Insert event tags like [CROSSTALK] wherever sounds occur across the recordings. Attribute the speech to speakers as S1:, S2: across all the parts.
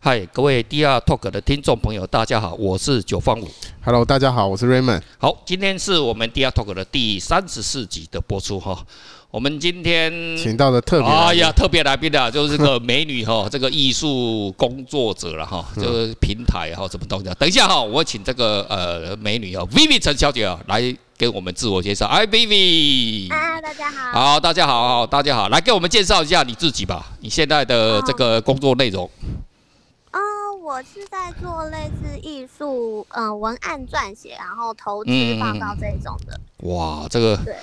S1: 嗨，各位 DR Talk 的听众朋友，大家好，我是九方五。
S2: Hello，大家好，我是 Raymond。
S1: 好，今天是我们 DR Talk 的第三十四集的播出哈。我们今天
S2: 请到的特别来
S1: 哎
S2: 宾
S1: 呀，特别来宾啊，就是
S2: [LAUGHS]
S1: 这个美女哈，这个艺术工作者了哈，就是平台哈，什么东西啊？等一下哈，我请这个呃美女哦，Vivi 陈小姐啊，来给我们自我介绍。哎，Vivi，
S3: 啊，大家好。
S1: 好，大家好，大家好，来给我们介绍一下你自己吧，你现在的这个工作内容。
S3: 嗯、我是在做类似艺术，嗯、文案撰写，然后投资
S1: 嗯嗯嗯
S3: 报告这一种的。
S1: 哇，这个
S3: 对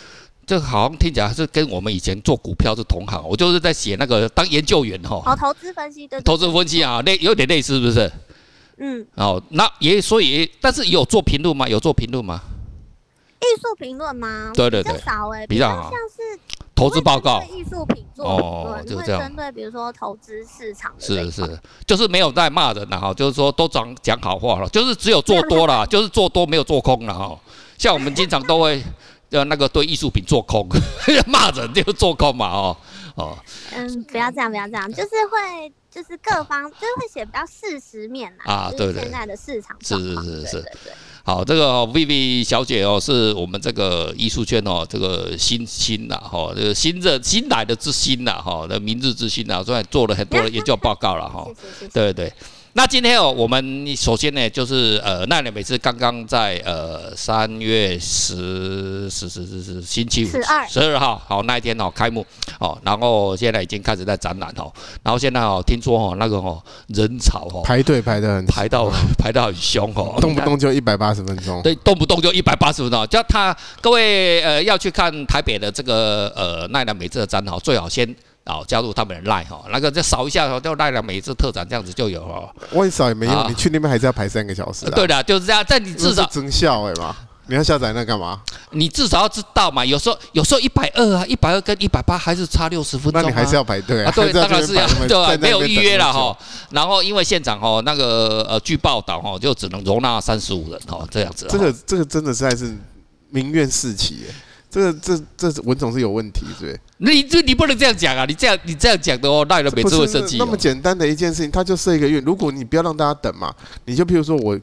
S1: 这个好像听起来是跟我们以前做股票是同行，我就是在写那个当研究员哈，
S3: 哦，投资分析对不对。
S1: 投资分析啊，类有点类似是不是？
S3: 嗯，
S1: 哦，那也所以，但是有做评论吗？有做评论吗？
S3: 艺术评论吗？
S1: 对对
S3: 比
S1: 对
S3: 较少哎、
S1: 比
S3: 比
S1: 较
S3: 较
S1: 少
S3: 像是
S1: 投资报告
S3: 不会针对艺术品做评
S1: 哦
S3: 论，
S1: 就
S3: 会
S1: 这样
S3: 针对比如说投资市场的这
S1: 是
S3: 一块
S1: 是，就是没有在骂人了哈，就是说都讲讲好话了，就是只有做多
S3: [LAUGHS]
S1: 了，就是做多没有做空了哈。像我们经常都会呃那个对艺术品做空， [LAUGHS] 骂人就是做空嘛哦哦，
S3: 嗯，不要这样，不要这样，就是会就是各方就是会写比较事实面啦。
S1: 啊
S3: 就
S1: 对
S3: 是
S1: 对
S3: 现在的市场
S1: 是
S3: 状况
S1: 是是是
S3: 对对对
S1: 好，这个、哦、Vivi 小姐哦，是我们这个艺术圈哦，这个新新呐、哈、这个新热新来的之星呐、哈、那明日之星呐、所以做了很多的研究报告了哈、
S3: 谢谢谢谢。
S1: 对对。那今天哦，我们首先呢，就是呃，奈良美智刚刚在呃三月十十十十十星期五
S3: 12
S1: 十二号好那一天哦开幕哦，然后现在已经开始在展览哦，然后现在哦听说哦那个哦人潮哦
S2: 排队排的很
S1: 排到排到很凶哦，
S2: 动不动就一百八十分钟。
S1: 对，动不动就一百八十分钟。叫他各位呃要去看台北的这个呃奈良美智的展哈，最好先哦加入他们的 line 哈、那个再扫一下哦，叫奈良美智特展这样子就有哦。
S2: 我少也没
S1: 啊
S2: 用，你去那边还是要排三个小时啊。
S1: 对，的，就是这样。但你至
S2: 至少
S1: 少
S2: 增效哎嘛。你要下载那干嘛？
S1: 你至少要知道嘛，有时候有时候一百二啊，一百二跟一百八还是差六十分钟、
S2: 那
S1: 啊。
S2: 你还是要排队
S1: 啊，对，当然是要对吧、没有预约了。
S2: 还在那边等很
S1: 哈
S2: 久。
S1: 然后因为现场哦，那个呃，据报道哦，就只能容纳三十五人哦，这样子、哦。
S2: 这个这个真的实在是民怨四起，哎这个这这这文总是有问题，对不
S1: 你这你不能这样讲啊！你这样你这样讲的哦，奈良
S2: 对？
S1: 美
S2: 不
S1: 智
S2: 是
S1: 会生气、哦。
S2: 那那么简单的一件事情，它就设一个月。如果你不要让大家等嘛，你就譬如说我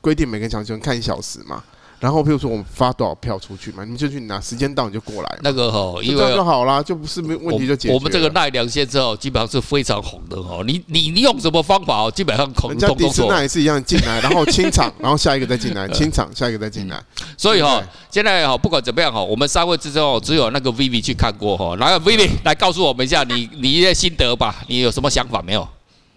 S2: 规定每个小时看一小时嘛，然后譬如说我们发多少票出去嘛，你们就去拿，时间到你就过来嘛。
S1: 那个哦，因
S2: 就这样
S1: 为
S2: 就好啦，就不是没问题就解决
S1: 我们这个
S2: 了
S1: 奈良先生哦，基本上是非常红的哦。你你你用什么方法哦，基本上恐
S2: 人家
S1: 通
S2: 迪
S1: 通
S2: 士
S1: 错嗯
S2: 尼。也是一样进来，然后
S1: [LAUGHS]
S2: 清场，然后下一个再进来，清场，下一个再进来。
S1: 所以哦
S2: 对，
S1: 现在哦，不管怎么样哦，我们三位之中哦，只有那个 Vivi 去看过哦。然后 Vivi 来告诉我们一下你你的心得吧，你有什么想法没有？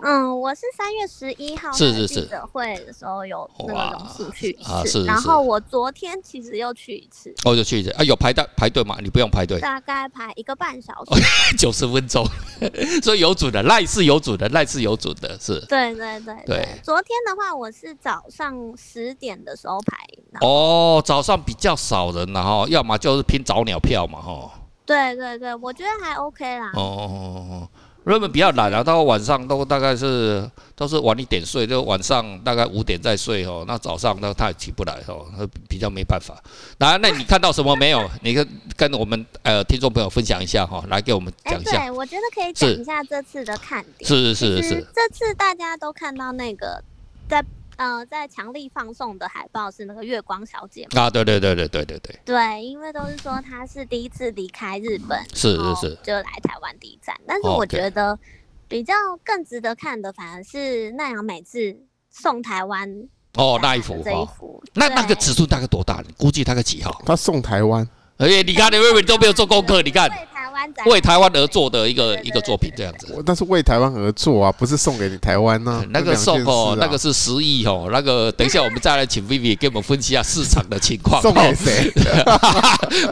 S3: 嗯，我是三月十一号
S1: 是
S3: 那
S1: 是
S3: 个
S1: 是
S3: 记者会的时候有那
S1: 哇
S3: 个榕树去一次，
S1: 啊是
S3: 然
S1: 是
S3: 后我昨天其实又去一次，
S1: 我就去一次啊，有排队排队吗？你不用排队，
S3: 大概排一个半小
S1: 哦
S3: 时。
S1: 九十分钟， [LAUGHS] 所以有准的，赖是有准的，赖是有准的，是。
S3: 对对对
S1: 对
S3: 昨天的话我是早上十点的时候排的，
S1: 哦，早上比较少人然后要么就是拼早鸟票嘛哈。
S3: 对对对，我觉得还 OK 啦。
S1: 哦，日本比较懒啊，到晚上都大概是都是晚一点睡，就晚上大概五点再睡哦。那早上那他也起不来哦，那比较没办法。那那你看到什么没有？你跟跟我们呃听众朋友分享一下哈、来给我们
S3: 哎、
S1: 讲一下。
S3: 对，我觉得可以讲
S1: 是
S3: 一下这次的看点。
S1: 是是
S3: 其
S1: 是
S3: 实，这次大家都看到那个在呃在强力放送的海报是那个月光小姐嘛？
S1: 啊，对对对对对对对，
S3: 对，因为都是说她是第一次离开日本，
S1: 是
S3: 然
S1: 是
S3: 后
S1: 是，
S3: 就来台湾第一站。但是
S1: 哦
S3: 我
S1: ，OK
S3: 觉得比较更值得看的，反而是奈良美智送台湾
S1: 哦，那一
S3: 展
S1: 幅
S3: 的这一
S1: 哦。
S3: 幅，
S1: 那那个
S3: 对
S1: 尺寸大概多大？你估计大概几号？
S2: 他送台湾，
S1: 哎、你看你日本都没有做功课，你看
S3: 为台湾展
S1: 为台湾而做的一个
S3: 对对对
S1: 一个作品这样子。
S2: 我但是为台湾而做啊，不是送给你台湾呢
S1: 呃。 [LAUGHS] 那个送哦，那
S2: 这两件事啊
S1: 个是十亿哦，那个等一下我们再来请 Vivi 给我们分析一下市场的情况。
S2: 送给
S1: [LAUGHS]
S2: 谁？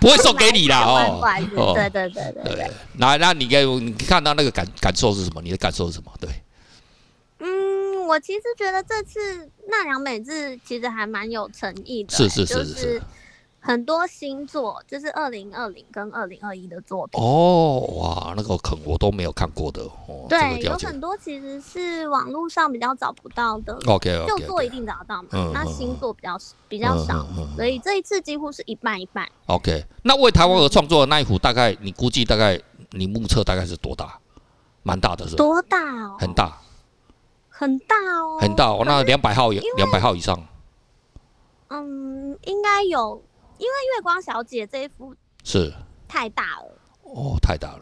S1: 不会送给你啦哦
S3: 不好意思。
S1: 哦
S3: 对对对对对。
S1: 对，那那你给我你看到那个感感受是什么？你的感受是什么？对，
S3: 嗯，我其实觉得这次奈良美智其实还蛮有诚意的、欸
S1: 是是是
S3: 就是是很多新作，就是二零二零跟二零二一的作品。
S1: 哦，哇，那个坑我都没有看过的哦，这
S3: 对，
S1: 个
S3: 有
S1: 了解。
S3: 很多其实是网络上比较找不到的
S1: OK
S3: 旧
S1: OK，
S3: 作一定找得到嘛。
S1: 嗯
S3: 那
S1: 嗯
S3: 新
S1: 嗯
S3: 作比较比较少，
S1: 嗯嗯嗯
S3: 所以这一次几乎是一半一半。
S1: OK，那为台湾而创作的那一幅，大概你估计大概你目测大概是多大？蛮大的是吧？
S3: 多大哦？
S1: 很大，
S3: 很大哦，
S1: 很大哦，那两百号有
S3: 因为
S1: 两百号以上，
S3: 嗯，应该有，因为月光小姐这一幅
S1: 是
S3: 太大了。
S1: 哦，太大了，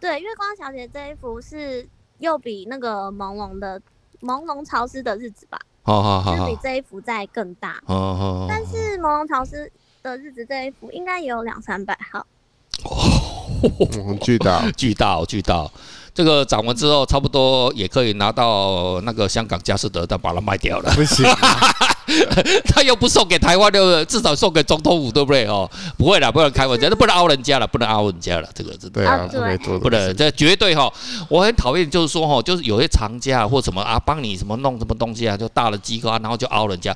S3: 对，月光小姐这一幅是又比那个朦胧的朦胧潮湿的日子吧，
S1: 好好好
S3: 就是
S1: 好
S3: 比，这一幅再更
S2: 哦
S3: 大。
S1: 嗯嗯，
S3: 但是朦胧潮湿的日子这一幅应该也有两三百号。
S2: 嗯，巨大。
S1: 巨大、哦、巨大、哦，这个涨完之后，差不多也可以拿到那个香港佳士得，但把它卖掉
S2: [LAUGHS]
S1: 了。
S2: 不行，啊
S1: 他又不送给台湾，对不对？至少送给总统府，对不对？哦，不会啦，不能开玩笑，这不能凹人家了，不能凹人家了，这个真的。
S2: 对啊，
S3: 啊对
S2: 不可以做的
S1: 不能，这绝对哈、我很讨厌，就是说哈、哦就是有些藏家啊或什么啊，帮你什么弄什么东西啊，就大了机构啊，然后就凹人家。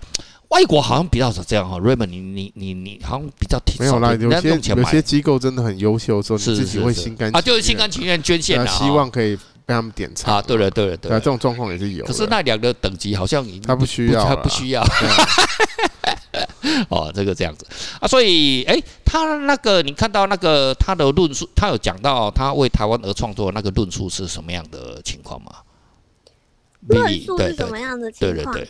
S1: 外国好像比较少这样哈、r a y m o n d 你你你你好像比较挺
S2: 没有
S1: 少
S2: 啦，
S1: 的，
S2: 有
S1: 人家
S2: 些
S1: 用钱
S2: 有
S1: 买
S2: 些机构真的很优秀的时候，你
S1: 是
S2: 自
S1: 是
S2: 己会
S1: 是
S2: 心甘
S1: 啊，就是心
S2: 情愿
S1: 甘情愿捐献
S2: 对啊
S1: 了、
S2: 希望可以被他们点菜
S1: 啊，对了对了对
S2: 对啊，
S1: 了
S2: 这，种状况也是有的。
S1: 可是那两个等级好像已经
S2: 他不需要
S1: 他
S2: 啦，
S1: 不需要
S2: 对啊
S1: [LAUGHS] 哦，这个这样子啊，所以诶，他那个你看到那个他的论述，他有讲到他为台湾而创作的那个论述是什么样的情况吗？
S3: 论
S1: Lily，
S3: 述
S1: 对
S3: 是什么样的
S1: 对
S3: 情
S1: 对
S3: 况？哦
S1: 对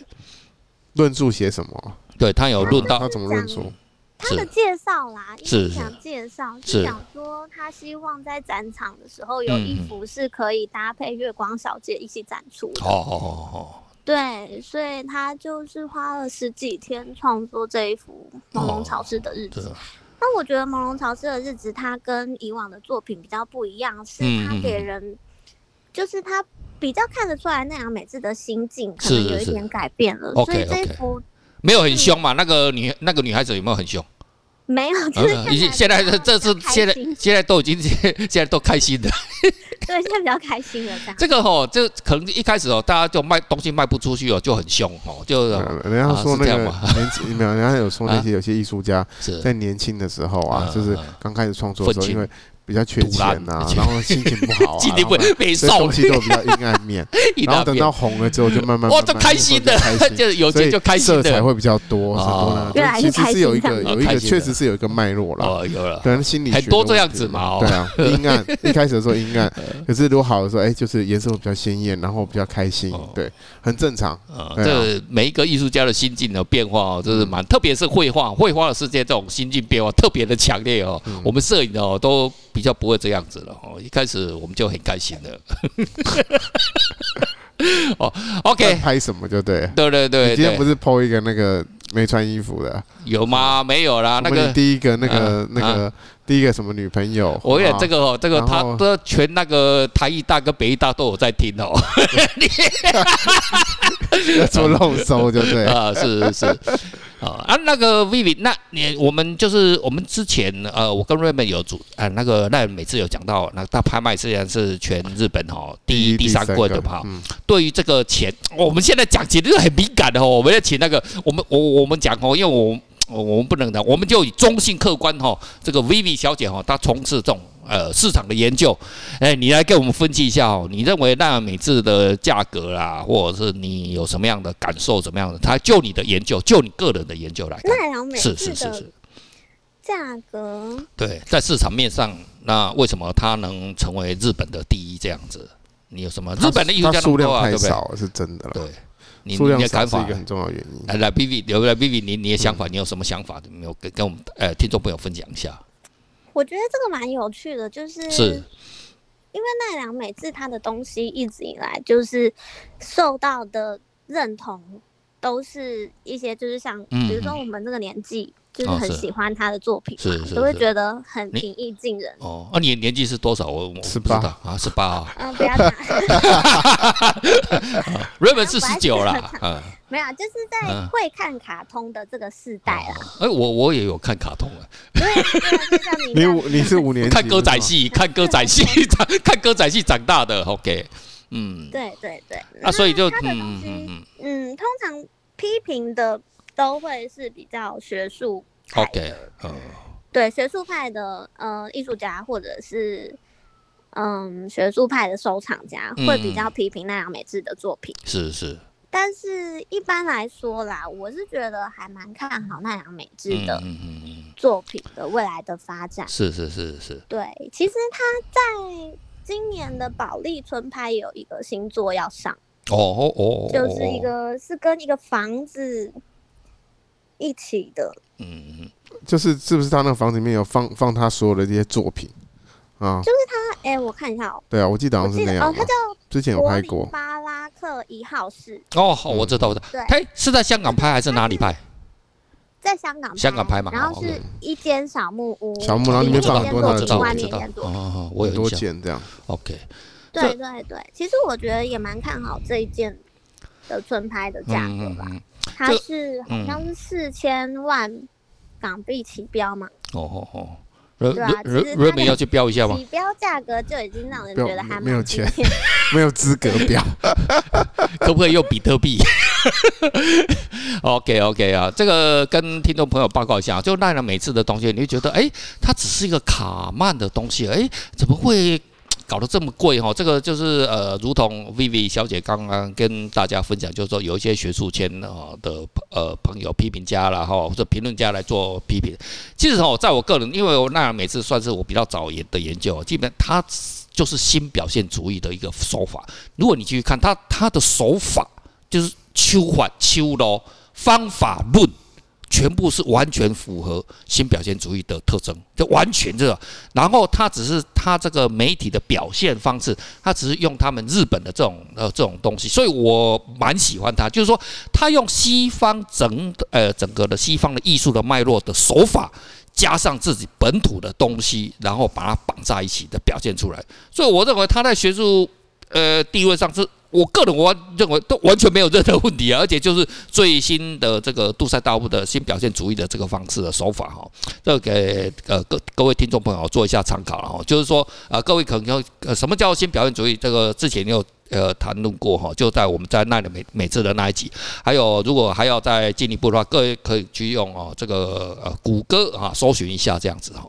S2: 论述写什么？
S1: 对，他有论嗯到
S2: 他怎么论述？
S3: 他
S1: 是
S3: 的介绍啦，因
S1: 是是
S3: 为想介绍
S1: 是
S3: 是想说他希望在展场的时候有
S1: 嗯
S3: 一
S1: 嗯
S3: 幅是可以搭配月光小姐一起展出的。
S1: 哦哦哦哦，
S3: 对，所以他就是花了十几天创作这一幅《朦胧潮湿的日
S1: 对
S3: 子》。那我觉得《朦胧潮湿的日子》它跟以往的作品比较不一样，是
S1: 嗯
S3: 它
S1: 嗯
S3: 给
S1: 嗯
S3: 人，就是它比较看得出来那样每次的心境可
S1: 是
S3: 能
S1: 是
S3: 有一
S1: 是
S3: 点改变了，所以
S1: OK，OK
S3: 这一幅
S1: 没有很凶嘛？那个女那个女孩子有没有很凶？
S3: 没有，就是看
S1: 嗯，已
S3: 起
S1: 经
S3: 来
S1: 现在
S3: 比较
S1: 这次
S3: 比较开
S1: 现在
S3: 心
S1: 现在都已经现在都开心的。
S3: [LAUGHS] 对，现在比较开心了，这样。 [LAUGHS]
S1: 这个吼，就可能一开始哦，大家就卖东西卖不出去哦，就很凶哦，就
S2: 呃人家说
S1: 啊是
S2: 那
S1: 这样啊
S2: 个
S1: 吗
S2: 年轻没有，人家有说那些有些艺术家
S1: 是
S2: 在年轻的时候啊
S1: 嗯，
S2: 就是
S1: 嗯
S2: 刚开始创作的时候，
S1: 愤青
S2: 因为比较缺钱
S1: 赌
S2: 呐
S1: 烂，
S2: 然后心情不好
S1: [LAUGHS]
S2: 啊，
S1: 今天不
S2: 然后
S1: 被
S2: 所以
S1: 少
S2: 东西都比较阴暗
S1: [LAUGHS]
S2: 面，
S1: 一
S2: 然后
S1: 大
S2: 等
S1: 片
S2: 到，红了之后就
S1: [LAUGHS]
S2: 慢慢
S1: 哇，
S2: 慢
S1: 这
S2: 慢
S1: 开心的
S2: 就开，心
S1: 就是有
S2: 所
S1: 钱
S2: 以
S1: 就开心
S2: 色彩
S1: 的，
S2: 会比较多，很多呢
S1: 哦。
S2: 就
S3: 越来越
S2: 其实是
S3: 开心
S2: 有一
S3: 这样
S2: 个
S1: 子
S2: 有
S1: 哦
S2: 一
S1: 开
S2: 个
S1: 心
S2: 确
S1: 的
S2: 实是有一个脉络啦，
S1: 哦，有了，
S2: 可能心理学
S1: 很多
S2: 的
S1: 这样
S2: 问题
S1: 子嘛哦
S2: 对啊，
S1: [LAUGHS]
S2: 阴暗一开始的时候阴暗，可是如果好的时候，哎，就是颜色会比较鲜艳，然后比较开心
S1: 哦，
S2: 对，很正常。
S1: 啊，
S2: 对啊
S1: 这每一个艺术家的心境的变化哦，就是蛮，特别是绘画，绘画的世界这种心境变化特别的强烈哦。
S2: 嗯
S1: 我们摄影哦都比较不会这样子了哦，一开始我们就很开心
S2: [LAUGHS]
S1: 的。哦
S2: 该
S1: ，OK，
S2: 拍什么就对了。
S1: 对对
S2: 你
S1: 对
S2: 今天不
S1: 对，
S2: 是 PO 一个那个没穿衣服的，啊
S1: 有吗？没有啊啦，那
S2: 我们
S1: 个
S2: 你第一个那个
S1: 啊
S2: 那个第一个什么女朋友？
S1: 我跟你讲，
S2: 啊
S1: 这个哦，这个
S2: 然
S1: 他
S2: 后
S1: 都全那个台艺大跟北艺大都有在听哦。
S2: 要 [LAUGHS] 做漏搜就对了。
S1: 啊，是是是，啊啊，那个 Vivi，那你我们就是我们之前呃，我跟 Raymond 有组啊，那个那每次有讲到，那他拍卖虽然是全日本哦 [LAUGHS] 第一第三棍的嘛，
S2: 嗯，
S1: 对于这个钱，哦我们现在讲其实很敏感的哦，我们要请那个我们我我们讲哦，因为我我我们不能的，我们就以中性客观哈、哦，这个 Vivi 小姐哈、哦，她从事这种呃市场的研究，哎，你来给我们分析一下哦，你认为纳美制的价格啦，或者是你有什么样的感受，怎么样的？她就你的研究，就你个人的研究来看，
S3: 奈良美
S1: 是
S3: 智
S1: 是是
S3: 的
S1: 是，
S3: 价格，
S1: 对，在市场面上，那为什么它能成为日本的第一这样子？你有什么？日本的艺术
S2: 它
S1: 家那
S2: 数
S1: 么
S2: 量
S1: 多啊，
S2: 太
S1: 对不对？
S2: 少了，是真的了。
S1: 对，你
S2: 数
S1: 你
S2: 量
S1: 的
S2: 少
S1: 看
S2: 是
S1: 法
S2: 一个很重要的原因。
S1: 来来，Vivi，来来，Vivi，你你的想法，
S3: 嗯
S1: 你有什么想法？没有跟跟我们呃听众朋友分享一下？
S3: 我觉得这个蛮有趣的，就是
S1: 是
S3: 因为奈良美智她的东西一直以来就是受到的认同都是一些就是像，
S1: 嗯
S3: 比如说
S1: 嗯
S3: 我们这个年纪。就是
S1: 哦
S3: 很
S1: 是
S3: 喜欢她的作品
S1: 是
S3: 嘛，
S1: 是
S3: 都会
S1: 是
S3: 觉得很
S1: 你
S3: 平易近人。
S1: 哦，啊，你的年纪是多少？我我不知
S2: 18
S1: 道啊，十八
S3: [LAUGHS]
S1: 啊
S3: 嗯，不
S1: [LAUGHS]
S3: 要打，
S1: ，Raymond 是十九啦，嗯
S3: [LAUGHS] 没有啊，就是
S1: 嗯
S3: 在会看卡通的这个世代啦。
S1: 哦哎，我我也有看卡通啊，
S3: 对，就像
S1: [LAUGHS]
S3: 你这
S2: 你
S3: 样
S2: 五你是五年级
S1: 看歌仔，戏，看歌仔戏 [LAUGHS] 长，看歌仔戏长大的，OK，嗯，
S3: 对对对。
S1: 啊，所以就
S3: 那他的东
S1: 嗯
S3: 西
S1: 嗯嗯
S3: 嗯，通常批评的都会是比较学术派
S1: ，OK，嗯
S3: 对学术派的呃艺术家或者是嗯学术派的收藏家
S1: 嗯
S3: 会比较批评奈良美智的作品，
S1: 是是，
S3: 但是一般来说啦，我是觉得还蛮看好奈良美智
S1: 嗯
S3: 的
S1: 嗯嗯嗯，
S3: 作品的未来的发展。
S1: 是是是是，
S3: 对，其实他在今年的保利春拍也有一个新作要上，
S1: 哦哦哦，哦
S3: 就是一，个是跟一个房子一起的，
S1: 嗯嗯，
S2: 就是是不是他那个房子里面有放放他所有的这些作品啊？
S3: 那哎、我看一下哦、
S2: 对啊，我记得好
S3: 我
S2: 像是
S3: 记
S2: 那
S3: 得
S2: 样
S3: 哦，
S2: 吧
S3: 它。叫
S2: 之前有
S3: 柏
S2: 拍
S3: 林
S2: 过，
S3: 巴拉克一号室，
S1: 哦，
S2: 嗯
S1: 好，我知道，我知道，
S3: 对，
S1: 嘿，是在香港拍还是哪里拍？
S3: 在香港
S1: 香港拍嘛
S3: 然后
S1: 哦
S3: 是一间小木屋，
S2: 嗯小木屋然后里面
S3: 面
S2: 放
S3: 一
S2: 很
S3: 间
S2: 多
S1: 嗯我
S2: 那
S1: 知
S2: 个
S1: 道，
S3: 作品
S1: 我知
S3: 外面一
S1: 道，
S3: 间作
S1: 哦
S2: 嗯
S3: 品，
S1: 哦，我
S2: 很
S1: 有印
S2: 多
S1: 象
S2: 件这样。
S1: ，OK，
S3: 对对对，其实我觉得也蛮看好这一件的春拍的价格
S1: 嗯嗯
S3: 吧，
S1: 嗯，
S3: 它
S1: 这
S3: 是好
S1: 嗯
S3: 像是四千万港币起标嘛，
S1: 哦哦哦，人
S3: 对啊
S1: 人
S3: 其实
S1: 人
S3: 它
S1: 人民要去标一下吗？
S3: 起标价格就已经让人
S2: 不要
S3: 觉得还蛮
S2: 没有钱
S3: 惊艳
S2: 没有资格表，
S1: [LAUGHS] 可不可以用比特币？OK OK 啊，这个跟听众朋友报告一下，就奈良美智的东西，你会觉得，哎、它只是一个卡曼的东西，哎、怎么会搞得这么贵哦哈？这个就是呃，如同 Vivi 小姐刚刚跟大家分享，就是说有一些学术圈啊的呃朋友、批评家啦哦哈，或者评论家来做批评。其实哦，在我个人，因为我奈良美智算是我比较早研的研究，基本它就是新表现主义的一个手法。如果你继续看他他的手法，就是修法修咯，方法论全部是完全符合新表现主义的特征，就完全这个。然后他只是他这个媒体的表现方式，他只是用他们日本的这种呃这种东西，所以我蛮喜欢他，就是说他用西方整呃整个的西方的艺术的脉络的手法。加上自己本土的东西，然后把它绑在一起的表现出来，所以我认为他在学术呃地位上是，我个人我认为都完全没有任何问题啊，而且就是最新的这个杜塞道夫的新表现主义的这个方式的手法哈、这个给呃各各位听众朋友做一下参考了哈、就是说呃各位可能要呃什么叫新表现主义，这个之前有。呃，谈论过哈，就在我们在那里每每次的那一集，还有如果还要再进一步的话，各位可以去用哦这个呃谷歌啊搜寻一下这样子哈。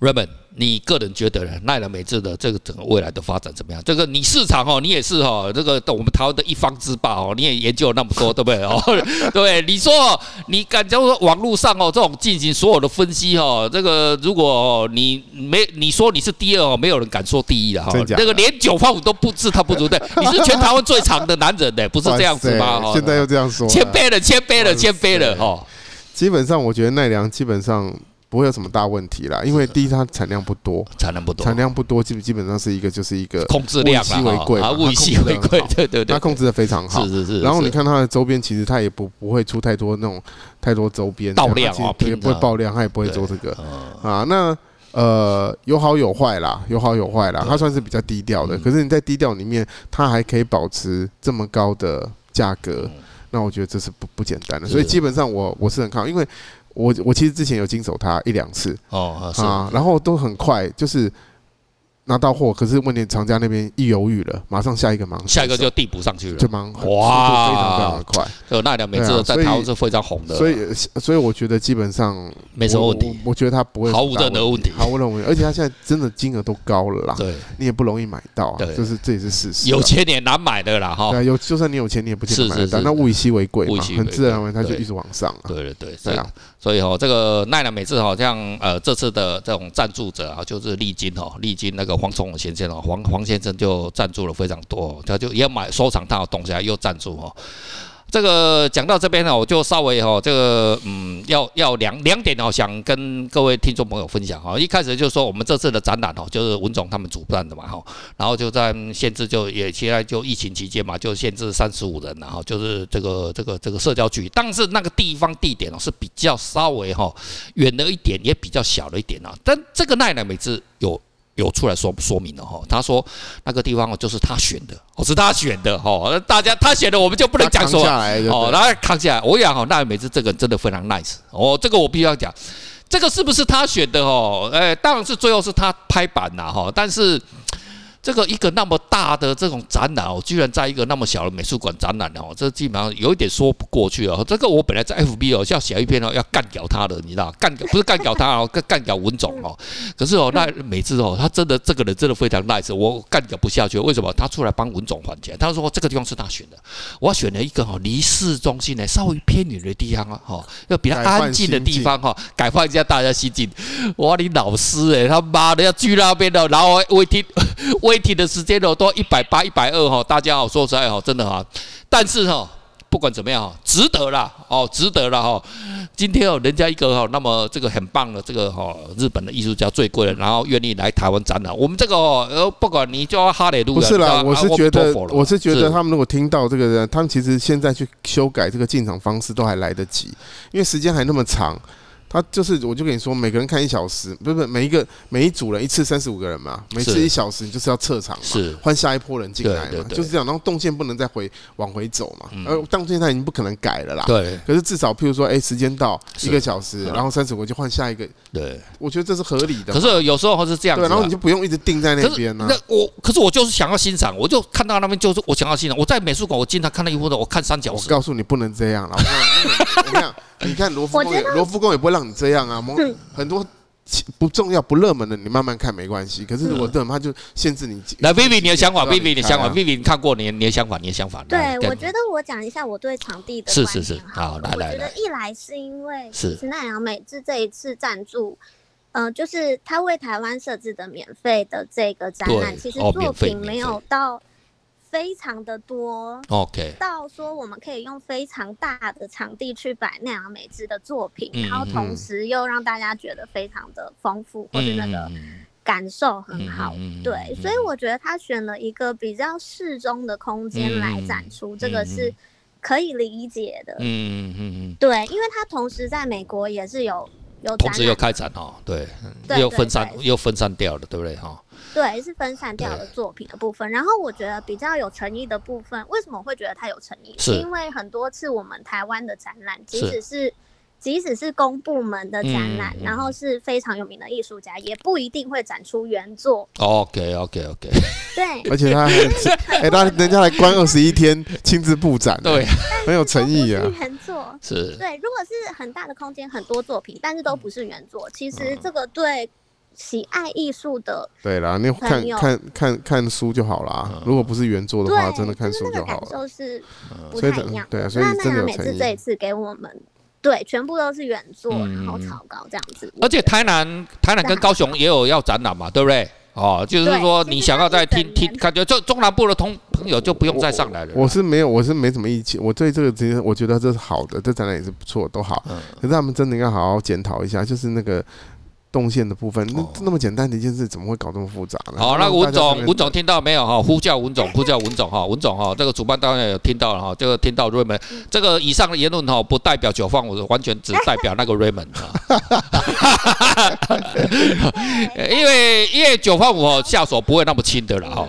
S1: Raymond，你个人觉得呢奈良美智的这个整个未来的发展怎么样？这个你市场哦，你也是哦，这个我们台湾的一方之霸哦，你也研究了那么多，对不对哦？ [LAUGHS] 对不对，你说哦你感觉说网络上哦这种进行所有的分析哦，这个如果哦你没你说你是第二哦，没有人敢说第一了哈、哦
S2: 真假的
S1: 这个连九方五都不自叹不足对，你是全台湾最长的男人呢， [LAUGHS] 欸不是这样子吗？
S2: 哇
S1: 哦
S2: 塞现在又这样说了，
S1: 谦卑了，谦卑了，谦卑了
S2: 哇塞
S1: 哦。
S2: 基本上我觉得奈良基本上不会有什么大问题啦，因为第一它产量不多，
S1: 产能不多，
S2: 产量不多基基本上是一个就是一个
S1: 控制量啦
S2: 物以稀为贵
S1: 哦啊，
S2: 嘛
S1: 物以稀为贵，对对对
S2: 它，控制的非常
S1: [LAUGHS]
S2: 好
S1: 是。是是。
S2: 然后你
S1: 是
S2: 看它的周边，其实它也不不会出太多那种太多周边
S1: 爆量哦
S2: 它其实也
S1: 拼
S2: 不会
S1: 的
S2: 爆量，它也不会做这个
S1: 嗯
S2: 啊。那呃，有好有坏啦，有好有坏啦。它算是比较低调的，
S1: 嗯
S2: 可是你在低调里面，它还可以保持这么高的价格，那我觉得这是不不简单的。
S1: 嗯是
S2: 所以基本上我我是很看好，因为我我其实之前有经手它一两次
S1: 哦，是
S2: 啊，然后都很快就是。拿到货，可是问题厂家那边一犹豫了，马上下一个忙，
S1: 下一个就递补上去了
S2: 就。忙很
S1: 啊哇
S2: 非常非常的快。
S1: 就奈良美
S2: 对
S1: 智
S2: 啊
S1: 在
S2: 所以
S1: 台湾是非常红的，
S2: 所以，所以我觉得基本上
S1: 啊没什么问题
S2: 我。我我觉得它不会有
S1: 毫无
S2: 大
S1: 任何问题
S2: 毫无任何问题。而且它现在真的金额都高了啦，
S1: 对，
S2: 你也不容易买到啊，
S1: 对
S2: 这是这也是事实啊。
S1: 有钱也难买的啦，哈
S2: 对。啊，有就算你有钱，你也不见得
S1: 是
S2: 买得
S1: 是
S2: 到。
S1: 是
S2: 那物以稀为贵
S1: 物以
S2: 嘛，
S1: 稀为
S2: 很自然而
S1: 贵
S2: 然它就
S1: 对
S2: 一直往上啊。
S1: 对对对，所
S2: 对
S1: 以
S2: 啊，
S1: 所以哦，这个奈良美智好像呃这次的这种赞助者啊，就是利金哦，利金那个黄崇勇先生哦，黄黄先生就赞助了非常多、哦，他就也买收藏他的东西啊，又赞助哦。这个讲到这边呢，我就稍微哦，这个嗯，要要两两点哦，想跟各位听众朋友分享哦。一开始就说我们这次的展览哦，就是文总他们主办的嘛哈、哦，然后就在嗯限制就也现在就疫情期间嘛，就限制三十五人然后就是这个这个这个社交距离，但是那个地方地点哦是比较稍微哈、哦、远了一点，也比较小了一点啊。但这个奈良美智有有出来说说明了哈、哦，他说那个地方哦就是他选的，哦是他选的哈、哦，那大家他选的我们就不
S2: 不
S1: 能讲说
S2: 下来就
S1: 哦，
S2: 对
S1: 然后扛起来，我讲哦，奈美智这个人真的非常 nice 哦，这个我必须要讲，这个是不是他选的哦？哎，当然是最后是他拍板啦哈、但是。这个一个那么大的这种展览哦，居然在一个那么小的美术馆展览哦，这基本上有一点说不过去哦。这个我本来在 FB 哦要写一篇哦，要干掉他的，你知道，干掉不是干掉他哦，干干掉文总哦。可是哦，那美智哦，他真的这个人真的非常 nice，我干掉不下去，为什么？他出来帮文总还钱，他说这个地方是他选的，我选了一个哈离市中哦心呢稍微偏远的地方啊，哈，要比较安静的地方哈，改换一下大家心境。我你老师哎、他妈的要去那边哦的，然后 waiting [LAUGHS] waiting 的时间哦都一百八、一百二哈，哦大家好说实在哈，真的哦哈，但是哈。不管怎么样哈，值得啦哦，值得啦哈。今天哦，人家一个哈，那么这个很棒的这个哈，日本的艺术家最贵了，然后愿意来台湾展览。我们这个哦，呃，不管你叫啊哈雷路，
S2: 不是啦，
S1: 你
S2: 我
S1: 知道
S2: 是觉
S1: 阿弥
S2: 得
S1: 陀佛，了
S2: 我是觉得
S1: 是
S2: 他们如果听到这个人，他们其实现在去修改这个进场方式都还来得及，因为时间还那么长。他就是，我就跟你说，每个人看一小时，不是不是，每一个每一组人一次三十五个人嘛，每次
S1: 是
S2: 一小时，你就是要撤场嘛，
S1: 是
S2: 换下一波人进来
S1: 对
S2: 嘛，
S1: 对对嗯
S2: 就是这样。然后动线不能再回往回走嘛，而动线它已经不可能改了啦。
S1: 对
S2: 可是至少，譬如说，哎，时间到
S1: 是
S2: 一个小时，然后三十五就换下一个，
S1: 对。
S2: 我觉得这是合理的
S1: 可
S2: 嘛。
S1: 是有时候是这样子
S2: 对，
S1: 啊，
S2: 然后你就不用一直定在那
S1: 可是
S2: 边呢、啊
S1: 那我可是我就是想要欣赏，我就看到那边就是我想要欣赏。我在美术馆，我经常看到一幅的，我看三小
S2: 我
S1: 时。
S2: 告诉你不能这样了。我跟你讲，
S1: [LAUGHS]
S2: 你看罗浮宫也，罗浮宫也不会让你这样
S3: [LAUGHS]
S2: 啊。某
S3: 嗯
S2: 很多其不重要、不热门的，你慢慢看没关系。可是我这种他就限制你几。
S1: 来，Vivi 你的想法
S2: 不让
S1: ，Vivi 你的想法
S2: 开啊
S1: ，Vivi 你看过你的你的想法，你的想法。
S3: 对
S1: 来，
S3: 我觉得我讲一下我对场地的
S1: 是
S3: 观
S1: 是是
S3: 点好
S1: 好
S3: 了
S1: 来来
S3: 我觉
S1: 来
S3: 得一来是因为
S1: 是
S3: 其实奈良美智这一次赞助，呃，就是他为台湾设置的免费的这个展览，
S1: 对
S3: 其实
S1: 哦免
S3: 作
S1: 费
S3: 品
S1: 免
S3: 没
S1: 费
S3: 有到非常的多。
S1: OK，
S3: 到说我们可以用非常大的场地去摆奈良美智的作品，
S1: 嗯
S3: 然后同时又让大家觉得非常的丰富，或者那个
S1: 嗯
S3: 感受很好。
S1: 嗯嗯嗯
S3: 对
S1: 嗯，
S3: 所以我觉得他选了一个比较适中的空间来展出，这个是可以理解的。
S1: 嗯嗯嗯，
S3: 对，因为他同时在美国也是有有展
S1: 同时又
S3: 览，
S1: 开展哦，对，
S3: 对
S1: 又
S3: 对
S1: 分散
S3: 对
S1: 又分散掉了，对不对哈？
S3: 对，是分散掉的作品的部分。然后我觉得比较有诚意的部分，为什么我会觉得它有诚意？
S1: 是
S3: 因为很多次我们台湾的展览，即
S1: 是
S3: 使是即使是公部门的展览，
S1: 嗯嗯
S3: 然后是非常有名的艺术家，也不一定会展出原作。
S1: OK OK OK，
S3: 对，
S2: 而且他还很 [LAUGHS] 哎，他人家来关二十一天，亲自布展，
S1: 对，
S2: 很有诚意啊
S3: [LAUGHS] 都。不是原作。
S1: 是
S3: 对，如果是很大的空间，很多作品，但是
S2: 嗯
S3: 都不是原作，其实这个对喜爱艺术的，
S2: 对啦，你看
S3: 朋友
S2: 看看看书就好
S1: 嗯
S2: 啦。如果不是原作的话，
S3: 对，
S2: 真的看
S3: 就是
S2: 书
S3: 那
S2: 就
S3: 个
S2: 好
S3: 感
S2: 了。
S3: 受是不
S2: 所以
S3: 太
S2: 的
S3: 一样
S2: 对啊
S3: 的。
S2: 所以
S3: 那
S2: 真
S3: 奈
S2: 的
S3: 良
S2: 有
S3: 美
S2: 诚
S3: 智
S2: 意
S3: 这一次给我们，对，全部都是原作，
S1: 嗯
S3: 然后草稿这样子。
S1: 而且台南、台南跟高雄也有要展览嘛，对不对？哦，就是
S3: 对
S1: 说
S3: 其实
S1: 你想要
S3: 它
S1: 再
S3: 一整
S1: 听听，
S3: 年
S1: 感觉就中南部的同朋友就不用再上来了啦。
S2: 我是没有，我是没什么意见。我对这个其实我觉得这是好的，这展览也是不错，都好。
S1: 嗯
S2: 可是他们真的应该好好检讨一下，就是那个动线的部分，那、
S1: 哦
S2: 那么简单的一件事，怎么会搞这么复杂呢？
S1: 好，那
S2: 让
S1: 文
S2: 大家
S1: 总，
S2: 这边
S1: 文总听到没有哈？呼叫文总，呼叫文总哈，文总哈，这个主办单位有听到了哈，这个听到 Raymond，这个以上的言论哈，不代表九方，我完全只代表那个 Raymond 哈。因为因为九方五哦下手不会那么轻的了哈。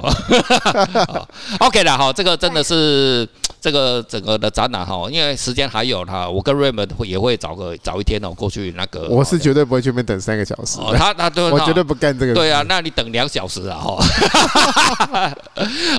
S1: 好 OK 了哈，这 [LAUGHS] 个真的是这个整个的展览哈，因为时间还有哈，我跟 Raymond 会也会找个找一天哦过去那个。
S2: 我是绝对不会去那边等三个小时的，
S1: 哦，他他都
S2: 我绝对不干这个。
S1: 对啊，，那你等两小时啊 [LAUGHS] 哈。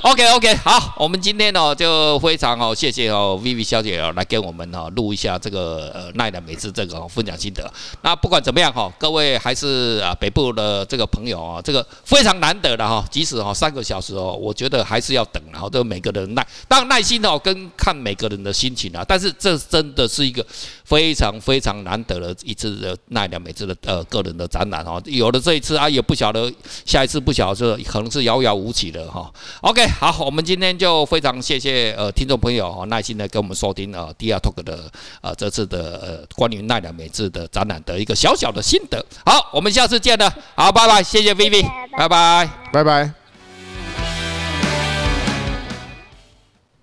S1: OK OK，好，我们今天哦就非常哦谢谢哦 Vivi 小姐哦来跟我们哦录一下这个呃奈良美智这个、哦、分享心得。那不管怎么样哈、哦，各位还是啊北部的这个朋友啊、哦，这个非常难得的哈、哦，即使哦三个小时哦，我觉得还是要等，然后这每个人耐，当然耐心哦跟看每个人的心情啊，但是这真的是一个非常非常难得的一次的奈良美智的呃个人的展览哦，有了这一次啊，也不晓得下一次不晓得可能是遥遥无期的哈、OK，好，我们今天就非常谢谢呃听众朋友哦，耐心的跟我们收听呃 DR Talk 的呃这次的呃关于奈良美智的展览的一个小小的心得。好，我们下次见了，好，拜拜，谢谢 Vivi，
S3: 拜拜
S1: 拜拜
S2: 拜拜。